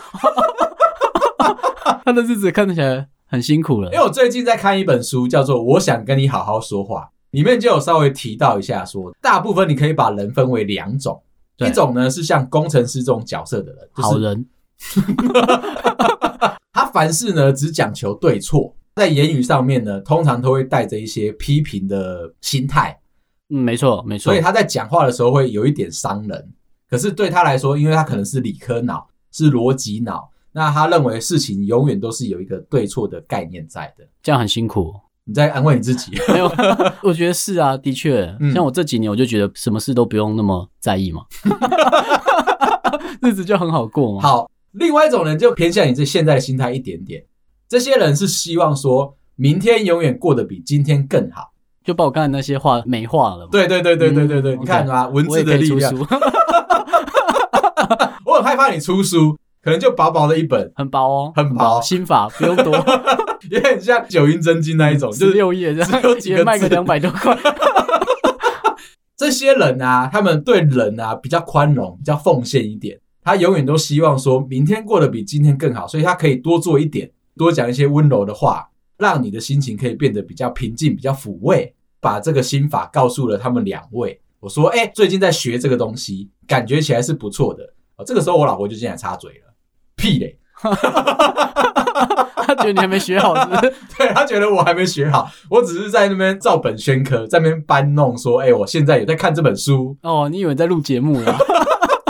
[SPEAKER 2] 她的日子看起来很辛苦了
[SPEAKER 1] 因。为我最近在看一本书，叫做《我想跟你好好说话》，里面就有稍微提到一下说，大部分你可以把人分为两种，
[SPEAKER 2] 对
[SPEAKER 1] 一种呢是像工程师这种角色的人，就
[SPEAKER 2] 好
[SPEAKER 1] 是
[SPEAKER 2] 人
[SPEAKER 1] 他凡事呢只讲求对错，在言语上面呢，通常都会带着一些批评的心态，
[SPEAKER 2] 嗯，没错，没错
[SPEAKER 1] 所以。他在讲话的时候会有一点伤人。可是对他来说，因为他可能是理科脑，是逻辑脑，那他认为事情永远都是有一个对错的概念在的。
[SPEAKER 2] 这样很辛苦。
[SPEAKER 1] 你在安慰你自己，[LAUGHS]
[SPEAKER 2] 没有，我觉得是啊，的确，
[SPEAKER 1] 嗯
[SPEAKER 2] 像我这几年我就觉得什么事都不用那么在
[SPEAKER 1] [LAUGHS]
[SPEAKER 2] 意嘛，日子就很好过嘛。
[SPEAKER 1] 好，另外一种人就偏向你这现在的心态一点点。这些人是希望说明天永远过得比今天更好。
[SPEAKER 2] 就把我刚才那些话美化了嘛。
[SPEAKER 1] 对对对对对对对，
[SPEAKER 2] 嗯
[SPEAKER 1] 你看啊，文
[SPEAKER 2] 我也
[SPEAKER 1] 字
[SPEAKER 2] 可
[SPEAKER 1] 的力
[SPEAKER 2] 以出
[SPEAKER 1] 量。
[SPEAKER 2] 书，
[SPEAKER 1] 我很害怕你出书，可能就薄薄的一本，
[SPEAKER 2] 很薄哦，
[SPEAKER 1] 很薄
[SPEAKER 2] 心法不用多，
[SPEAKER 1] 有点像九阴真经那一种， [LAUGHS]
[SPEAKER 2] [LAUGHS]
[SPEAKER 1] 就
[SPEAKER 2] 十
[SPEAKER 1] 是
[SPEAKER 2] 六页这
[SPEAKER 1] 只有
[SPEAKER 2] 样，
[SPEAKER 1] 几个
[SPEAKER 2] 也卖个
[SPEAKER 1] 字
[SPEAKER 2] 两百多块。
[SPEAKER 1] 这些人啊，他们对人啊比较宽容，比较奉献一点。他永远都希望说明天过得比今天更好，所以他可以多做一点，多讲一些温柔的话，让你的心情可以变得比较平静、比较抚慰。把这个心法告诉了他们两位，我说：“哎、最近在学这个东西，感觉起来是不错的。”哦，这个时候我老婆就进来插嘴了：“屁嘞！
[SPEAKER 2] 他觉得你还没学好是
[SPEAKER 1] [LAUGHS]
[SPEAKER 2] 不是？
[SPEAKER 1] 对他觉得我还没学好，我只是在那边照本宣科，在那边搬弄说，哎、我现在也在看这本书，
[SPEAKER 2] 哦，你以为在录节目了？ [LAUGHS]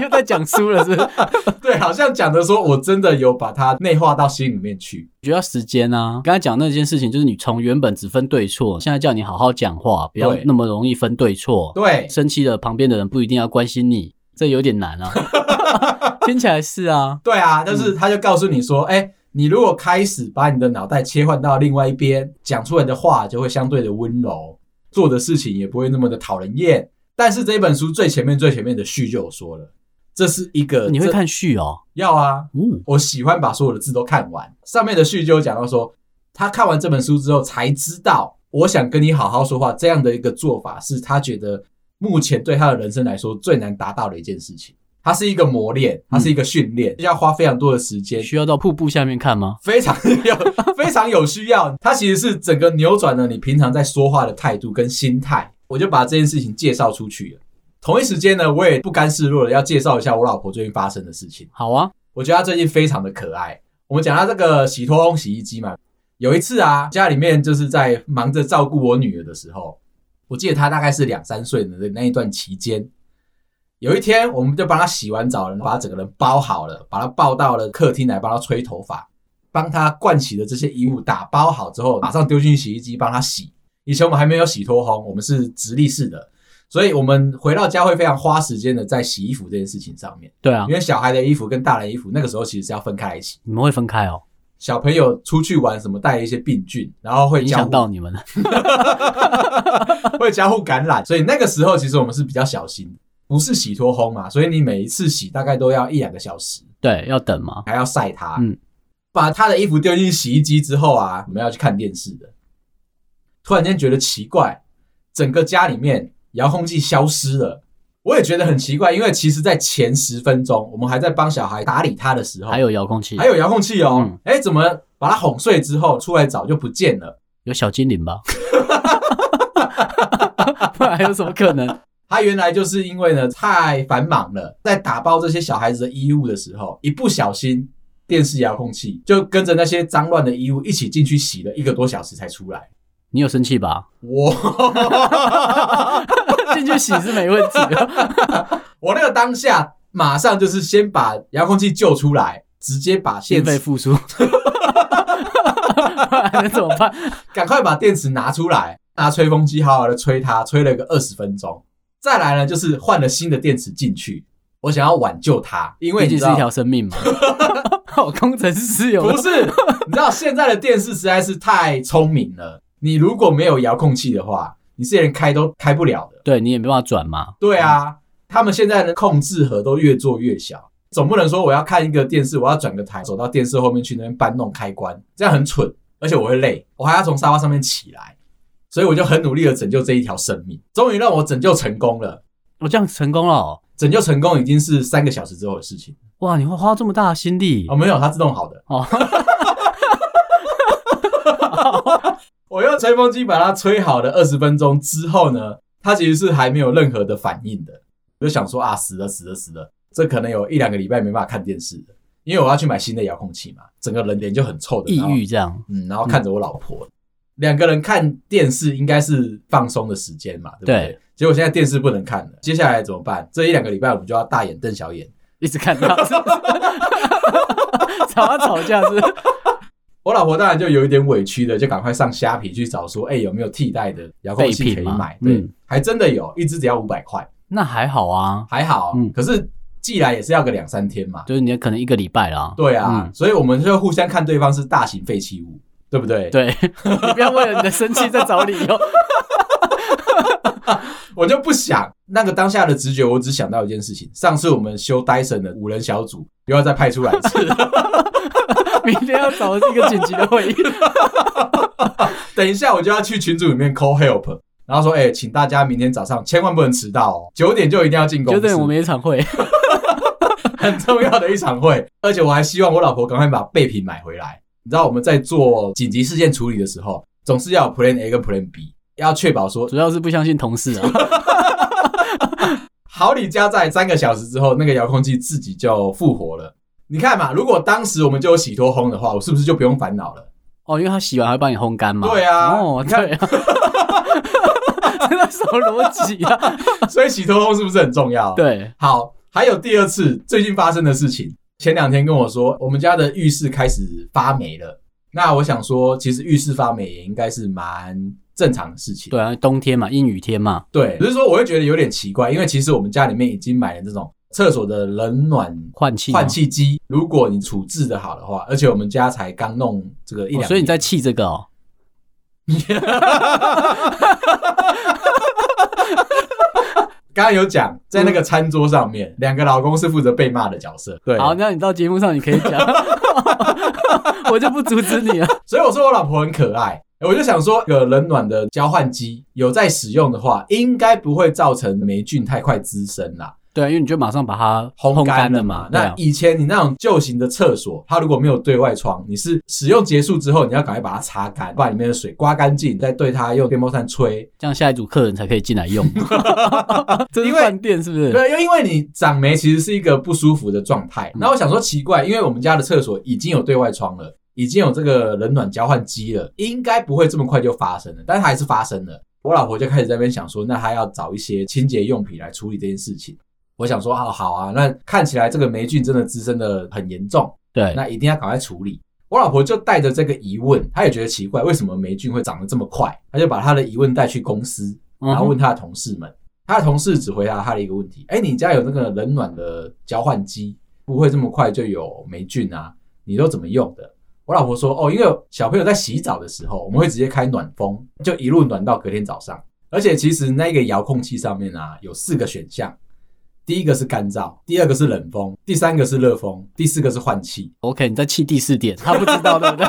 [SPEAKER 2] 又在讲书了是不是？
[SPEAKER 1] [LAUGHS] 对，好像讲的说我真的有把它内化到心里面去。
[SPEAKER 2] 需要时间啊！刚才讲那件事情，就是你从原本只分对错，现在叫你好好讲话，不要
[SPEAKER 1] 对
[SPEAKER 2] 那么容易分对错。
[SPEAKER 1] 对，
[SPEAKER 2] 生气了，旁边的人不一定要关心你，这有点
[SPEAKER 1] [LAUGHS]
[SPEAKER 2] 难啊。听起来是啊，
[SPEAKER 1] 对啊，但是他就告诉你说，哎、你如果开始把你的脑袋切换到另外一边，讲出来的话就会相对的温柔，做的事情也不会那么的讨人厌。但是这本书最前面最前面的序就有说了，这是一个
[SPEAKER 2] 你会
[SPEAKER 1] 这
[SPEAKER 2] 看序哦。
[SPEAKER 1] 要啊，
[SPEAKER 2] 嗯，
[SPEAKER 1] 我喜欢把所有的字都看完。上面的序就有讲到说，他看完这本书之后才知道，我想跟你好好说话这样的一个做法，是他觉得目前对他的人生来说最难达到的一件事情。它是一个磨练，它是一个训练，要花非常多的时间，
[SPEAKER 2] 需要到瀑布下面看吗？
[SPEAKER 1] 非常有 [LAUGHS] 非常有需要。它其实是整个扭转了你平常在说话的态度跟心态。我就把这件事情介绍出去了。同一时间呢，我也不甘示弱的要介绍一下我老婆最近发生的事情。
[SPEAKER 2] 好啊，
[SPEAKER 1] 我觉得他最近非常的可爱。我们讲到这个洗脱烘洗衣机嘛，有一次啊，家里面就是在忙着照顾我女儿的时候，我记得她大概是两三岁的那一段期间，有一天我们就帮她洗完澡了，把她整个人包好了，把她抱到了客厅来帮她吹头发，帮她灌洗的这些衣物打包好之后，马上丢进洗衣机帮她洗。以前我们还没有洗脱烘，我们是直立式的，所以我们回到家会非常花时间的在洗衣服这件事情上面。
[SPEAKER 2] 对啊
[SPEAKER 1] 因，为小孩的衣服跟大人衣服那个时候其实是要分开来洗。
[SPEAKER 2] 你们会分开哦，
[SPEAKER 1] 小朋友出去玩什么带一些病菌，然后会
[SPEAKER 2] 影
[SPEAKER 1] 交
[SPEAKER 2] 响
[SPEAKER 1] 互
[SPEAKER 2] 到你们了。
[SPEAKER 1] [LAUGHS] 会交互感染，所以那个时候其实我们是比较小心的，不是洗脱烘啊嘛，所以你每一次洗大概都要一两个小时，
[SPEAKER 2] 对，要等吗？
[SPEAKER 1] 还要晒它。
[SPEAKER 2] 嗯
[SPEAKER 1] 把他的衣服丢进洗衣机之后啊，我们要去看电视的。突然间觉得奇怪，整个家里面遥控器消失了。我也觉得很奇怪，因为其实，在前十分钟，我们还在帮小孩打理他的时候，
[SPEAKER 2] 还有遥控器，
[SPEAKER 1] 哦还有遥控器哦
[SPEAKER 2] 嗯。
[SPEAKER 1] 哎、怎么把它哄睡之后出来找就不见了？
[SPEAKER 2] 有小精灵吧？ [LAUGHS] 不然还有什么可能？
[SPEAKER 1] 他原来就是因为呢太繁忙了，在打包这些小孩子的衣物的时候，一不小心电视遥控器就跟着那些脏乱的衣物一起进去洗了一个多小时才出来。
[SPEAKER 2] 你有生气吧？ [LAUGHS]
[SPEAKER 1] 我
[SPEAKER 2] 进去洗是没问题的。
[SPEAKER 1] [LAUGHS] 我那个当下马上就是先把遥控器救出来，直接把 [LAUGHS]
[SPEAKER 2] 心
[SPEAKER 1] 电池
[SPEAKER 2] 肺复
[SPEAKER 1] [LAUGHS]
[SPEAKER 2] 苏，还能怎么办？
[SPEAKER 1] 赶快把电池拿出来，拿吹风机好好的吹它，吹了个二十分钟。再来呢，就是换了新的电池进去，我想要挽救它，因为
[SPEAKER 2] 毕
[SPEAKER 1] 你
[SPEAKER 2] 竟
[SPEAKER 1] 知
[SPEAKER 2] 是一
[SPEAKER 1] 道
[SPEAKER 2] 条生命嘛。好，工程师有
[SPEAKER 1] [LAUGHS] 不是，你知道现在的电视实在是太聪明了，你如果没有遥控器的话，你是连开都开不了的。
[SPEAKER 2] 对你也没办法转嘛。
[SPEAKER 1] 对啊，他们现在的控制盒都越做越小，总不能说我要看一个电视，我要转个台，走到电视后面去那边搬弄开关，这样很蠢，而且我会累，我还要从沙发上面起来，所以我就很努力的拯救这一条生命，终于让我拯救成功了。
[SPEAKER 2] 我这样成功了哦、
[SPEAKER 1] 拯救成功已经是三个小时之后的事情
[SPEAKER 2] 哇！你会花这么大的心力
[SPEAKER 1] 哦，没有，它自动好的。
[SPEAKER 2] 哦，
[SPEAKER 1] [LAUGHS] 我用吹风机把它吹好的二十分钟之后呢，它其实是还没有任何的反应的。我就想说啊，死了死了死了，这可能有一两个礼拜没办法看电视了，因为我要去买新的遥控器嘛，整个人脸就很臭的
[SPEAKER 2] 抑，
[SPEAKER 1] 然后
[SPEAKER 2] 郁这样。
[SPEAKER 1] 嗯，然后看着我老婆，两、个人看电视应该是放松的时间嘛，对不对？
[SPEAKER 2] 对
[SPEAKER 1] 结果现在电视不能看了，接下来怎么办？这一两个礼拜我们就要大眼瞪小眼。
[SPEAKER 2] 一直看到，是不是 [LAUGHS] 吵啊吵架是不是
[SPEAKER 1] 我老婆当然就有一点委屈的，就赶快上虾皮去找说，哎、有没有替代的遥控器可
[SPEAKER 2] 备
[SPEAKER 1] 以
[SPEAKER 2] 品吗
[SPEAKER 1] 买？对，
[SPEAKER 2] 嗯
[SPEAKER 1] 还真的有，一只只要五百块。
[SPEAKER 2] 那还好啊，
[SPEAKER 1] 还好，
[SPEAKER 2] 嗯
[SPEAKER 1] 可是寄来也是要个两三天嘛。
[SPEAKER 2] 就是你可能一个礼拜啦。
[SPEAKER 1] 对啊，
[SPEAKER 2] 嗯
[SPEAKER 1] 所以我们就互相看对方是大型废弃物，对不对？，
[SPEAKER 2] 对，你不要为了你的生气再找理由。
[SPEAKER 1] 我就不想那个当下的直觉，我只想到一件事情：上次我们修 Dyson 的五人小组又要再派出来一
[SPEAKER 2] [LAUGHS]
[SPEAKER 1] 次，
[SPEAKER 2] 明天要找一个紧急
[SPEAKER 1] [LAUGHS]
[SPEAKER 2] 的会议。
[SPEAKER 1] 等一下我就要去群组里面 call help。然后说，哎、请大家明天早上千万不能迟到哦，九点就一定要进公
[SPEAKER 2] 就
[SPEAKER 1] 司，
[SPEAKER 2] 对我们有一场会，
[SPEAKER 1] 很重要的一场会。而且我还希望我老婆赶快把备品买回来。你知道我们在做紧急事件处理的时候，总是要有 Plan A 跟 Plan B，要确保说
[SPEAKER 2] 主要是不相信同事啊。
[SPEAKER 1] 好礼加在三个小时之后，那个遥控器自己就复活了。你看嘛，如果当时我们就有洗脱烘的话，我是不是就不用烦恼了？ [LAUGHS]
[SPEAKER 2] 哦，因为它洗完还会帮你烘干嘛。
[SPEAKER 1] 对啊
[SPEAKER 2] 哦，
[SPEAKER 1] 你看
[SPEAKER 2] 对啊， [LAUGHS] 真的什么逻辑啊？
[SPEAKER 1] 所以洗脱烘是不是很重要？，啊
[SPEAKER 2] 对，
[SPEAKER 1] 好，还有第二次最近发生的事情，前两天跟我说我们家的浴室开始发霉了。那我想说，其实浴室发霉也应该是蛮正常的事情。
[SPEAKER 2] 对啊，冬天嘛，阴雨天嘛，
[SPEAKER 1] 对，只是说我会觉得有点奇怪，因为其实我们家里面已经买了这种厕所的冷暖
[SPEAKER 2] 换气嘛
[SPEAKER 1] 换气机，如果你处置的好的话，而且我们家才刚弄这个一
[SPEAKER 2] 哦
[SPEAKER 1] 两、
[SPEAKER 2] 所以你在气这个哦。
[SPEAKER 1] 刚刚有讲，在那个餐桌上面，两个老公是负责被骂的角色。对
[SPEAKER 2] 好，那你到节目上你可以讲， [LAUGHS] 我就不阻止你了。
[SPEAKER 1] 所以我说我老婆很可爱，我就想说，有冷暖的交换机有在使用的话，应该不会造成霉菌太快滋生啦，
[SPEAKER 2] 对啊，因为你就马上把它
[SPEAKER 1] 烘
[SPEAKER 2] 干
[SPEAKER 1] 干了
[SPEAKER 2] 嘛
[SPEAKER 1] 嘛。。
[SPEAKER 2] 对
[SPEAKER 1] 那
[SPEAKER 2] 啊，
[SPEAKER 1] 以前你那种旧型的厕所，它如果没有对外窗，你是使用结束之后，你要赶快把它擦干，把里面的水刮干净，再对它用电风扇吹。
[SPEAKER 2] 这样下一组客人才可以进来
[SPEAKER 1] [LAUGHS]
[SPEAKER 2] 用。这是
[SPEAKER 1] 因为
[SPEAKER 2] 饭店是不是？
[SPEAKER 1] 对，因为因为你长霉其实是一个不舒服的状态。
[SPEAKER 2] 嗯
[SPEAKER 1] 那我想说奇怪，因为我们家的厕所已经有对外窗了，已经有这个冷暖交换机了，应该不会这么快就发生了，但是还是发生了。我老婆就开始在那边想说，那她要找一些清洁用品来处理这件事情。我想说，哦，好啊，那看起来这个霉菌真的滋生的很严重，
[SPEAKER 2] 对，
[SPEAKER 1] 那一定要赶快处理。我老婆就带着这个疑问，她也觉得奇怪，为什么霉菌会长得这么快？她就把她的疑问带去公司，然
[SPEAKER 2] 然
[SPEAKER 1] 后问他的同事们，他的同事只回答他的一个问题：哎、你家有那个冷暖的交换机，不会这么快就有霉菌啊？你都怎么用的？我老婆说：哦，因为小朋友在洗澡的时候，我们会直接开暖风，就一路暖到隔天早上。而且其实那个遥控器上面啊，有四个选项。第一个是干燥，第二个是冷风，第三个是热风，第四个是换气。
[SPEAKER 2] OK，你在气第四点，他不知道对
[SPEAKER 1] [LAUGHS]
[SPEAKER 2] 不对？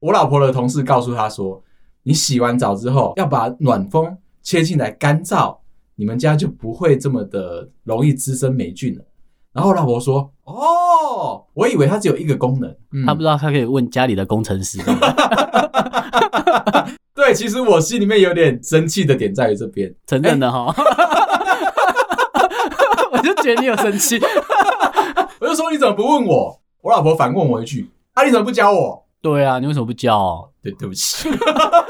[SPEAKER 1] 我老婆的同事告诉她说，你洗完澡之后要把暖风切进来干燥，你们家就不会这么的容易滋生霉菌了。然后我老婆说：“哦，我以为它只有一个功能，嗯
[SPEAKER 2] 他不知道，他可以问家里的工程师。对
[SPEAKER 1] 哎
[SPEAKER 2] 不对
[SPEAKER 1] 对。其实我心里面有点生气的点在于这边，
[SPEAKER 2] 承认的哈。 [LAUGHS] 我就觉得你有生气，
[SPEAKER 1] 我就说你怎么不问我？我老婆反问我一句：啊，你怎么不教我？
[SPEAKER 2] 对啊，你为什么不叫？
[SPEAKER 1] 对，对不起。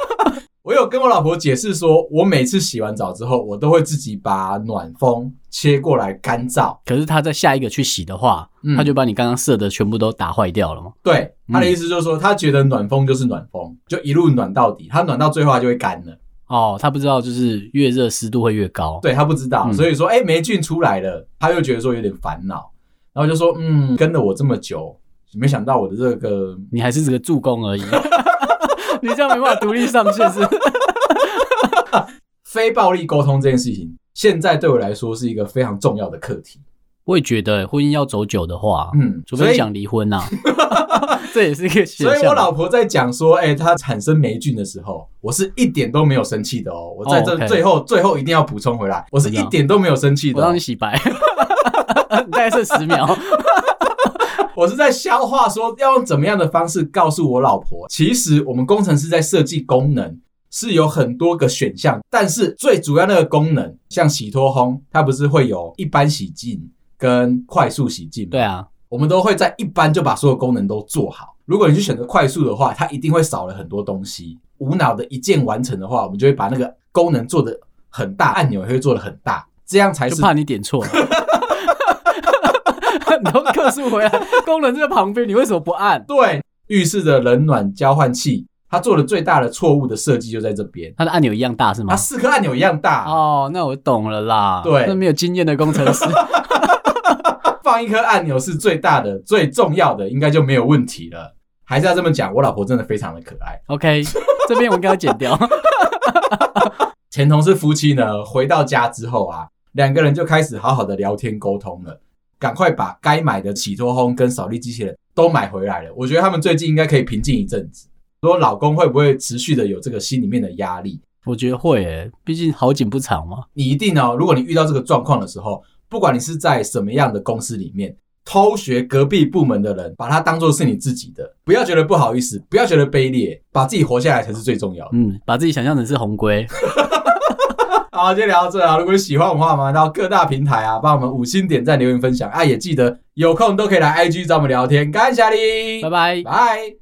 [SPEAKER 1] [LAUGHS] 我有跟我老婆解释说，我每次洗完澡之后，我都会自己把暖风切过来干燥，
[SPEAKER 2] 可是他在下一个去洗的话，
[SPEAKER 1] 嗯
[SPEAKER 2] 他就把你刚刚射的全部都打坏掉了嘛。
[SPEAKER 1] 对，他的
[SPEAKER 2] 嗯
[SPEAKER 1] 意思就是说，他觉得暖风就是暖风，就一路暖到底，他暖到最后他就会干了。
[SPEAKER 2] 哦，他不知道就是越热湿度会越高。
[SPEAKER 1] 对他不知道，
[SPEAKER 2] 嗯
[SPEAKER 1] 所以说，哎、霉菌出来了，他又觉得说有点烦恼，然后就说，嗯，跟了我这么久，没想到我的这个，
[SPEAKER 2] 你还是这个助攻
[SPEAKER 1] [LAUGHS]
[SPEAKER 2] 而已，你这样没办法独立上线是不是？
[SPEAKER 1] 非暴力沟通这件事情，现在对我来说是一个非常重要的课题。
[SPEAKER 2] 我也觉得婚姻要走久的话，
[SPEAKER 1] 嗯，
[SPEAKER 2] 除
[SPEAKER 1] 所
[SPEAKER 2] 非
[SPEAKER 1] 以
[SPEAKER 2] 想离婚
[SPEAKER 1] [LAUGHS]
[SPEAKER 2] 呐、啊，这也是一个选
[SPEAKER 1] 所以我
[SPEAKER 2] 项。
[SPEAKER 1] 老婆在讲说，哎、她产生霉菌的时候，我是一点都没有生气的哦。我在
[SPEAKER 2] 哦
[SPEAKER 1] 这
[SPEAKER 2] ，OK
[SPEAKER 1] 最后、最后一定要补充回来，我是
[SPEAKER 2] 真的
[SPEAKER 1] 一
[SPEAKER 2] 哦
[SPEAKER 1] 点都没有生气的哦、
[SPEAKER 2] 我让你洗白， [LAUGHS] 你大概剩十秒。
[SPEAKER 1] 我是在消化，说要用怎么样的方式告诉我老婆，其实我们工程师在设计功能是有很多个选项，但是最主要那个功能，像洗脱烘，它不是会有一般洗净跟快速洗净吗？
[SPEAKER 2] 对啊，
[SPEAKER 1] 我们都会在一般就把所有功能都做好。如果你去选择快速的话，它一定会少了很多东西。无脑的一键完成的话，我们就会把那个功能做得很大，按钮也会做得很大，这样才
[SPEAKER 2] 就是怕你点错了。 [LAUGHS] 你都客诉回来，工人就在旁边，你为什么不按？
[SPEAKER 1] 对，浴室的冷暖交换器，它做的最大的错误的设计就在这边，
[SPEAKER 2] 它的按钮一样大是
[SPEAKER 1] 它
[SPEAKER 2] 吗？
[SPEAKER 1] 四颗按钮一样大，
[SPEAKER 2] 哦，那我懂了啦。
[SPEAKER 1] 啊对
[SPEAKER 2] 那没有经验的工程师，
[SPEAKER 1] 放一颗按钮是最大的、最重要的，应该就没有问题了。还是要这么讲，我老婆真的非常的可爱。
[SPEAKER 2] OK，这边我应该要剪掉。
[SPEAKER 1] 前同事夫妻呢，回到家之后啊，两个人就开始好好的聊天沟通了，赶快把该买的洗脱烘跟扫地机器人都买回来了。我觉得他们最近应该可以平静一阵子。说老公会不会持续的有这个心里面的压力？
[SPEAKER 2] 我觉得会诶，毕竟好景不长嘛。
[SPEAKER 1] 你一定哦，如果你遇到这个状况的时候，不管你是在什么样的公司里面，偷学隔壁部门的人，把它当做是你自己的，不要觉得不好意思，不要觉得
[SPEAKER 2] 嗯
[SPEAKER 1] 卑劣，把自己活下来才是最重要的。
[SPEAKER 2] 嗯，把自己想象成是红龟，
[SPEAKER 1] 好，今天聊到这啊！如果喜欢我们的话，麻烦到各大平台啊，帮我们五星点赞、留言、分享啊！也记得有空都可以来 IG 找我们聊天。感谢你，
[SPEAKER 2] 拜拜。
[SPEAKER 1] 拜。